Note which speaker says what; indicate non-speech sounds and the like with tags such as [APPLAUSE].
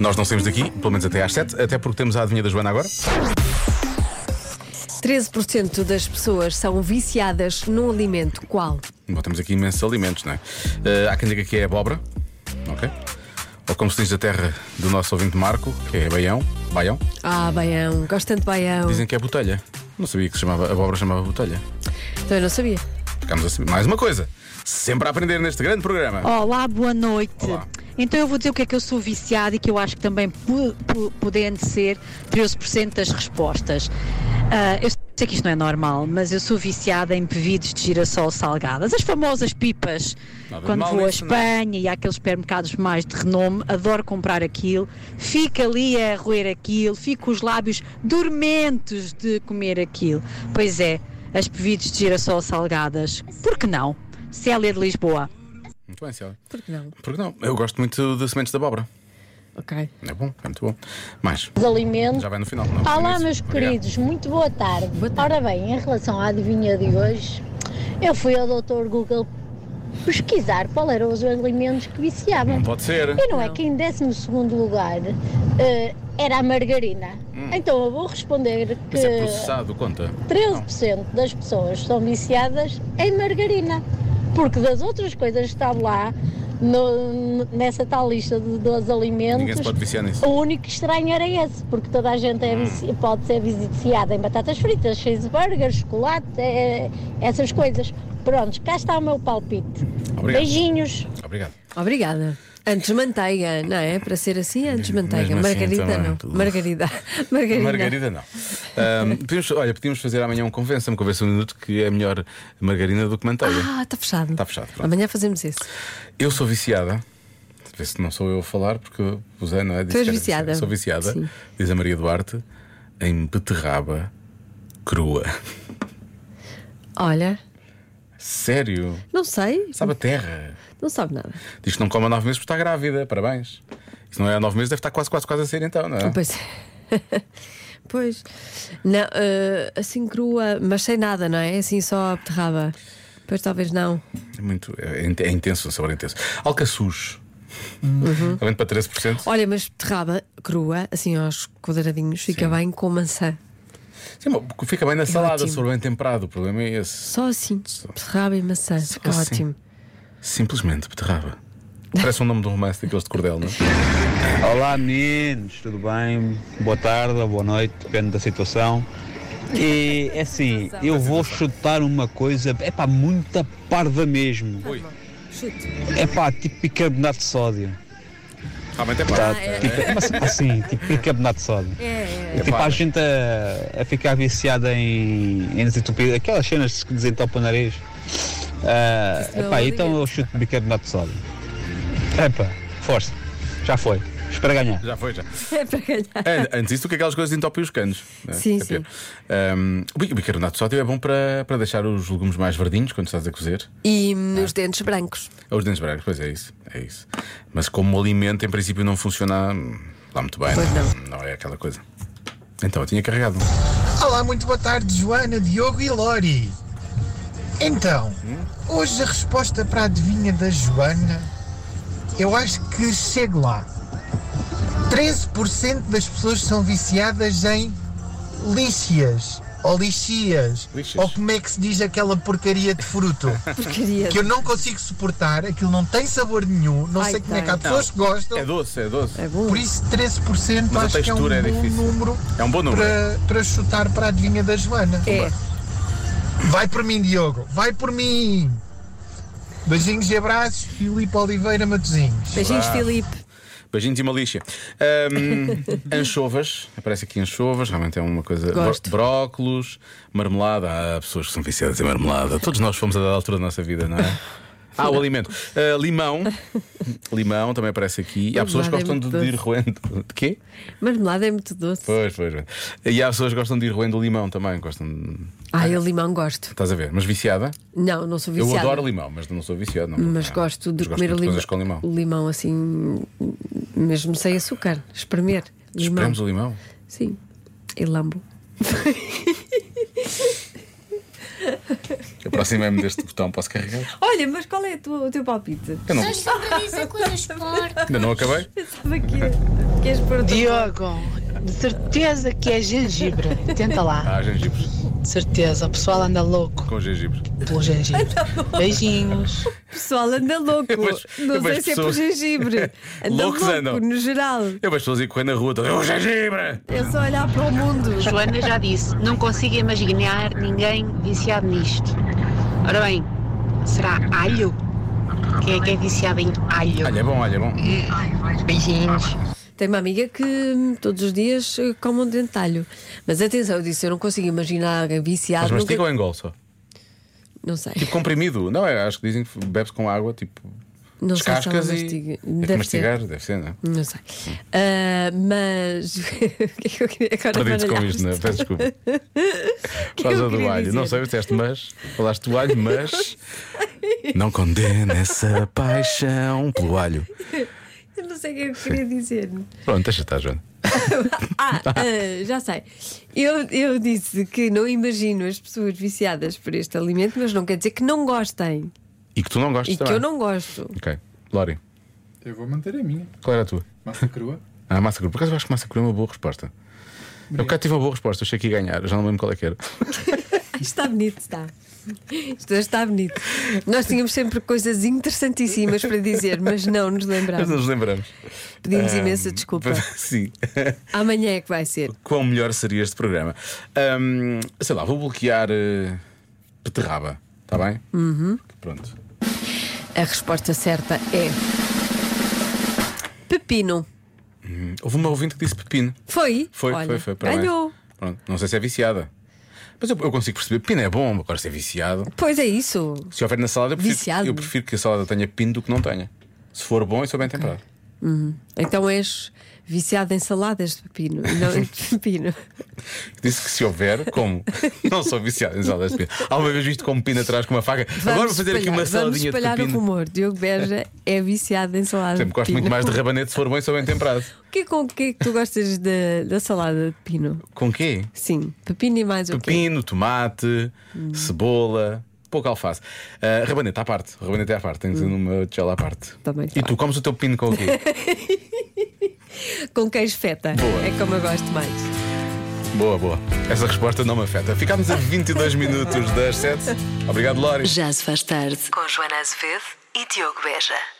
Speaker 1: Nós não saímos daqui, pelo menos até às 7, até porque temos a adivinha da Joana agora.
Speaker 2: 13% das pessoas são viciadas num alimento qual?
Speaker 1: Bom, temos aqui imensos alimentos, não é? Eh, há quem diga que é abóbora, ok? Ou como se diz da terra do nosso ouvinte Marco, que é baião, baião.
Speaker 2: Ah, baião, gosto tanto de baião.
Speaker 1: Dizem que é botelha. Não sabia que se chamava, a abóbora chamava botelha.
Speaker 2: Também não sabia.
Speaker 1: Ficamos a saber mais uma coisa. Sempre a aprender neste grande programa.
Speaker 3: Olá, boa noite.
Speaker 1: Olá.
Speaker 3: Então eu vou dizer o que é que eu sou viciada e que eu acho que também pu- pu- podendo ser 13% das respostas. Ah, eu sei que isto não é normal, mas eu sou viciada em bebidas de girassol salgadas, as famosas pipas.
Speaker 1: Nada de
Speaker 3: Quando
Speaker 1: mal
Speaker 3: vou à
Speaker 1: nisso, não é?
Speaker 3: Espanha e há aqueles supermercados mais de renome, adoro comprar aquilo, fico ali a roer aquilo, fico com os lábios dormentes de comer aquilo. Pois é, as bebidas de girassol salgadas, por que não? Célia de Lisboa.
Speaker 1: Muito bem, Célia.
Speaker 2: Por que não?
Speaker 1: Porque não? Eu gosto muito de sementes de abóbora.
Speaker 2: Ok.
Speaker 1: É bom, é muito bom. Mais.
Speaker 4: Os alimentos.
Speaker 1: Já vai no final, não?
Speaker 4: Olá,
Speaker 1: Nisso.
Speaker 4: meus
Speaker 1: Obrigado.
Speaker 4: queridos, muito boa tarde. Ora bem, em relação à adivinha de hoje, eu fui ao Dr. Google pesquisar qual eram os alimentos que viciavam.
Speaker 1: Não pode ser.
Speaker 4: E não é que em 12 lugar eh, era a margarina. Então eu vou responder que
Speaker 1: Isso Hum. é processado, conta.
Speaker 4: 13% das pessoas são viciadas em margarina. Porque das outras coisas que estavam lá, no- nessa tal lista de, dos
Speaker 1: Ninguém
Speaker 4: alimentos,
Speaker 1: se pode viciar nisso. Hum.
Speaker 4: o único estranho era esse, porque toda a gente é vici- pode ser viciada em batatas fritas, cheeseburgers, chocolate, eh, essas coisas. Prontos, cá está o meu palpite.
Speaker 1: Obrigado.
Speaker 4: Beijinhos.
Speaker 1: Obrigado.
Speaker 2: Obrigada. Antes manteiga, não é? Para ser assim, antes manteiga.
Speaker 1: mesmo assim,
Speaker 2: Margarida
Speaker 1: também,
Speaker 2: não.
Speaker 1: tudo.
Speaker 2: Margarida.
Speaker 1: [LAUGHS]
Speaker 2: Margarida.
Speaker 1: Margarida não. Ahm, podíamos- olha, podíamos fazer amanhã um convença-me, convença um minuto que é melhor margarina do que manteiga.
Speaker 2: Ah, está fechado.
Speaker 1: Está Tá fechado, pronto.
Speaker 2: Amanhã fazemos isso.
Speaker 1: Eu sou viciada. Vê se não sou eu a falar, porque usei, não é? Disse
Speaker 2: Tu és
Speaker 1: que era
Speaker 2: viciada.
Speaker 1: Sou viciada,
Speaker 2: Sim.
Speaker 1: diz a Maria Duarte, em beterraba crua.
Speaker 2: Olha,
Speaker 1: Sério?
Speaker 2: não sei,
Speaker 1: Sabe a terra?
Speaker 2: não sabe nada.
Speaker 1: Diz que não come há nove meses porque está grávida. Parabéns. Se não é há nove meses, deve estar quase, quase, quase a ser então, não é?
Speaker 2: Pois. [LAUGHS] pois. Não, eh, assim crua, mas sem nada, não é? Assim só a beterraba. Pois talvez não.
Speaker 1: É, muito, é, in- é intenso, um sabor intenso. Alcaçuz. Uhum. Aumento para 13%.
Speaker 2: Olha, mas beterraba crua, assim aos quadradinhos, fica bem com maçã.
Speaker 1: Sim, mas fica bem na salada,
Speaker 2: ótimo.
Speaker 1: se for bem temperado. O problema é esse.
Speaker 2: Só assim. Beterraba e maçã. Fica
Speaker 1: assim.
Speaker 2: ótimo.
Speaker 1: Simplesmente beterraba. Parece um nome de um romance daqueles de cordel, não é?
Speaker 5: Olá meninos, tudo bem? Boa tarde ou boa noite, depende da situação. E é assim, eu vou chutar uma coisa, é pá, muita parva mesmo.
Speaker 1: Ui,
Speaker 5: É pá, tipo bicarbonato de sódio.
Speaker 1: realmente é
Speaker 5: Tá,
Speaker 1: pá.
Speaker 5: tipo, Ah, é uma- assim, tipo bicarbonato de sódio.
Speaker 2: É,
Speaker 5: É tipo
Speaker 1: pá.
Speaker 5: a gente a, a ficar viciada em, em desentupir, aquelas cenas que desentopam o nariz. Ah,
Speaker 2: Isso não é
Speaker 5: epá, então
Speaker 2: obrigado.
Speaker 5: eu chuto bicarbonato de sódio. Epá, força, já foi, espera ganhar.
Speaker 1: Já foi, já.
Speaker 2: [LAUGHS] é para ganhar.
Speaker 1: An- Antes disso, do que aquelas coisas de entopem os canos. né?
Speaker 2: Sim,
Speaker 1: É pior.
Speaker 2: sim.
Speaker 1: Um, o bi- o bicarbonato de sódio é bom para, para deixar os legumes mais verdinhos quando estás a cozer.
Speaker 2: E nos dentes brancos.
Speaker 1: Ou os dentes brancos, pois é isso. É isso. Mas como alimento, em princípio, não funciona hum, lá muito bem.
Speaker 2: Pois
Speaker 1: não. é aquela coisa. Então, eu tinha carregado.
Speaker 6: Olá, muito boa tarde, Joana, Diogo e Lori. Então, hoje a resposta para a adivinha da Joana, eu acho que chego lá. 13% das pessoas são viciadas em lixias, ou lixias,
Speaker 1: Lixias.
Speaker 6: ou como é que se diz aquela porcaria de fruto,
Speaker 2: Porcaria.
Speaker 6: que eu não consigo suportar, aquilo não tem sabor nenhum, não
Speaker 2: Ai,
Speaker 6: sei como é que há
Speaker 2: tem.
Speaker 6: pessoas que gostam,
Speaker 1: É doce, é doce.
Speaker 2: É bom.
Speaker 6: por isso 13%
Speaker 1: Mas a
Speaker 6: acho que é um bom
Speaker 1: textura é difícil.
Speaker 6: número
Speaker 1: É um bom número.
Speaker 6: para, para chutar para a adivinha da Joana.
Speaker 2: É.
Speaker 6: Vai por mim, Diogo. Vai por mim. Beijinhos e abraços, Filipe Oliveira Matosinhos.
Speaker 2: Beijinhos,
Speaker 1: Olá.
Speaker 2: Filipe.
Speaker 1: Beijinhos e malícia.
Speaker 2: [LAUGHS]
Speaker 1: Um, anchovas, aparece aqui anchovas, realmente é uma coisa.
Speaker 2: Gosto.
Speaker 1: brócolos, marmelada. Há pessoas que são viciadas em marmelada. Todos nós fomos a dada altura da nossa vida, não é? Ah, o alimento. Uh, limão. Limão também aparece aqui. E há pessoas que
Speaker 2: Marmelada
Speaker 1: gostam de,
Speaker 2: é muito
Speaker 1: de ir
Speaker 2: doce.
Speaker 1: roendo. De quê?
Speaker 2: Marmelada é muito doce.
Speaker 1: Pois, pois, pois. E há pessoas que gostam de ir roendo o limão também. Gostam. de-
Speaker 2: Ah, eu limão gosto.
Speaker 1: Estás a ver? Mas viciada?
Speaker 2: Não, não sou
Speaker 1: é.
Speaker 2: viciada.
Speaker 1: Eu adoro limão, mas não sou viciado. Não,
Speaker 2: Mas
Speaker 1: não.
Speaker 2: gosto de
Speaker 1: Mas
Speaker 2: comer
Speaker 1: muito
Speaker 2: limão,
Speaker 1: coisas com limão.
Speaker 2: limão assim, mesmo sem açúcar. Espremer. Limão.
Speaker 1: Espremos o limão.
Speaker 2: Sim. E lambo.
Speaker 1: Eu Aproximei-me deste botão, posso carregar?
Speaker 7: Olha, mas qual é a tua- o teu palpite?
Speaker 1: Eu não,
Speaker 8: Só escandaliza coisas fortes.
Speaker 1: ainda não acabei.
Speaker 7: Pensava que ia- que ias pôr o teu-
Speaker 9: Diogo, de certeza que é gengibre. Tenta lá,
Speaker 1: Ah, gengibres.
Speaker 9: de certeza. O pessoal anda louco
Speaker 1: Com gengibres.
Speaker 9: pelo gengibre. Beijinhos.
Speaker 7: O pessoal anda
Speaker 1: [LAUGHS]
Speaker 7: louco.
Speaker 1: Eu vejo- eu
Speaker 7: não sei
Speaker 1: vejo
Speaker 7: se é por
Speaker 1: pessoas- [LAUGHS]
Speaker 7: gengibre. Anda
Speaker 1: Loucos
Speaker 7: louco,
Speaker 1: andam.
Speaker 7: no geral.
Speaker 1: Eu vejo pessoas aí correndo na rua, todas, "Oh, gengibre!
Speaker 7: É só olhar para o mundo.
Speaker 10: Joana já disse, não consigo imaginar ninguém viciado nisto. Ora bem, será alho? Quem é que é viciado em alho?
Speaker 1: Olha, é bom, olha, é bom.
Speaker 2: Hum.
Speaker 10: Beijinhos.
Speaker 2: Tenho uma amiga que hum, todos os dias eh, come um dentalho. Mas atenção, eu disse, eu não consigo imaginar alguém
Speaker 1: Mas
Speaker 2: viciado.
Speaker 1: mastiga
Speaker 2: Ah, nunca-
Speaker 1: ou engole só?
Speaker 2: Não sei.
Speaker 1: Tipo comprimido. Não, é, acho que dizem que bebe-se com água, tipo.
Speaker 2: Não sei se ela
Speaker 1: descascas
Speaker 2: mastiga.
Speaker 1: e. É que
Speaker 2: Deve
Speaker 1: mastigar, deve ser, não é?
Speaker 2: Não sei. Ah, mas. [LAUGHS] o que é que eu queria agora
Speaker 1: Perdido com isto,
Speaker 2: baralhaste?
Speaker 1: não
Speaker 2: [LAUGHS]
Speaker 1: é? Peço desculpa. Por
Speaker 2: que
Speaker 1: causa
Speaker 2: eu
Speaker 1: do
Speaker 2: queria
Speaker 1: alho.
Speaker 2: dizer?
Speaker 1: Não sei, disseste, mas. Falaste do alho,
Speaker 2: [LAUGHS]
Speaker 1: mas. Não condena essa paixão pelo alho.
Speaker 2: Eu não sei o que é que eu queria dizer. [LAUGHS]
Speaker 1: Pronto, deixa estar, Joana.
Speaker 2: Ah,
Speaker 1: Tá.
Speaker 2: ah, já sei. Eu, eu disse que não imagino as pessoas viciadas por este alimento, mas não quer dizer que não gostem.
Speaker 1: E que tu não gostas
Speaker 2: E que
Speaker 1: também.
Speaker 2: eu não gosto.
Speaker 1: Ok. Lori,
Speaker 11: Eu vou manter a minha.
Speaker 1: qual era a tua?
Speaker 11: Massa crua.
Speaker 1: Ah, massa crua. Por acaso eu acho que massa crua é uma boa resposta. Eu cá tive uma boa resposta, eu achei que ia ganhar, eu já não lembro qual é que era.
Speaker 2: Tá. [LAUGHS] Ai, está bonito, está. Isto hoje está bonito. Nós tínhamos sempre coisas interessantíssimas para dizer, mas não nos
Speaker 1: Mas eh, não [LAUGHS]
Speaker 2: lembramos.
Speaker 1: nos lembramos.
Speaker 2: Pedimos imensa
Speaker 1: Ahm,
Speaker 2: desculpa.
Speaker 1: [LAUGHS] Sim.
Speaker 2: Amanhã é que vai ser.
Speaker 1: Quão melhor seria este programa? Ahm, sei lá, vou bloquear eh, beterraba, está bem? Uhum. Pronto.
Speaker 2: A resposta certa é. Pepino.
Speaker 1: Houve uma ouvinte que disse pepino.
Speaker 2: Foi?
Speaker 1: Foi,
Speaker 2: Olha,
Speaker 1: foi, foi. parabéns.
Speaker 2: Ganhou.
Speaker 1: Pronto. Não sei se é viciada. Mas eu, eu consigo perceber, pepino é bom, agora se é viciado.
Speaker 2: Pois é isso.
Speaker 1: Se houver na salada, eu prefiro,
Speaker 2: Viciado.
Speaker 1: eu prefiro que a salada tenha pino do que não tenha. Se for bom e souber temperado.
Speaker 2: Então és viciado em saladas de pepino. e Não,
Speaker 1: [LAUGHS]
Speaker 2: de pepino.
Speaker 1: Disse que se houver,
Speaker 2: [LAUGHS]
Speaker 1: como? Não sou viciado em saladas de pino. Alguma vez visto como pino atrás com uma faca? Agora vou fazer aqui uma
Speaker 2: vamos
Speaker 1: saladinha de
Speaker 2: espalhar o
Speaker 1: pepino.
Speaker 2: rumor. Diogo Beja é viciado em salada
Speaker 1: Sempre
Speaker 2: de
Speaker 1: gosto
Speaker 2: pepino.
Speaker 1: muito mais de rabanete se for bom e souber temperado.
Speaker 2: O que, com o que é que tu gostas da, da salada de pepino?
Speaker 1: Com quê?
Speaker 2: Sim, pepino e mais o quê?
Speaker 1: Pepino, tomate,
Speaker 2: Hum.
Speaker 1: cebola, pouco alface. Ah, rabanete à parte. Rabanete é à parte. Tem que ser numa tchela à parte.
Speaker 2: Hum. Também, tá
Speaker 1: E
Speaker 2: claro.
Speaker 1: tu comes o teu pino com o
Speaker 2: [LAUGHS]
Speaker 1: quê?
Speaker 2: Com queijo feta. É como eu gosto mais.
Speaker 1: boa, boa. Essa resposta não me afeta. Ficámos a 22 minutos das 7. Obrigado, Lori.
Speaker 7: Já se faz tarde com Joana Azevedo e Diogo Beja.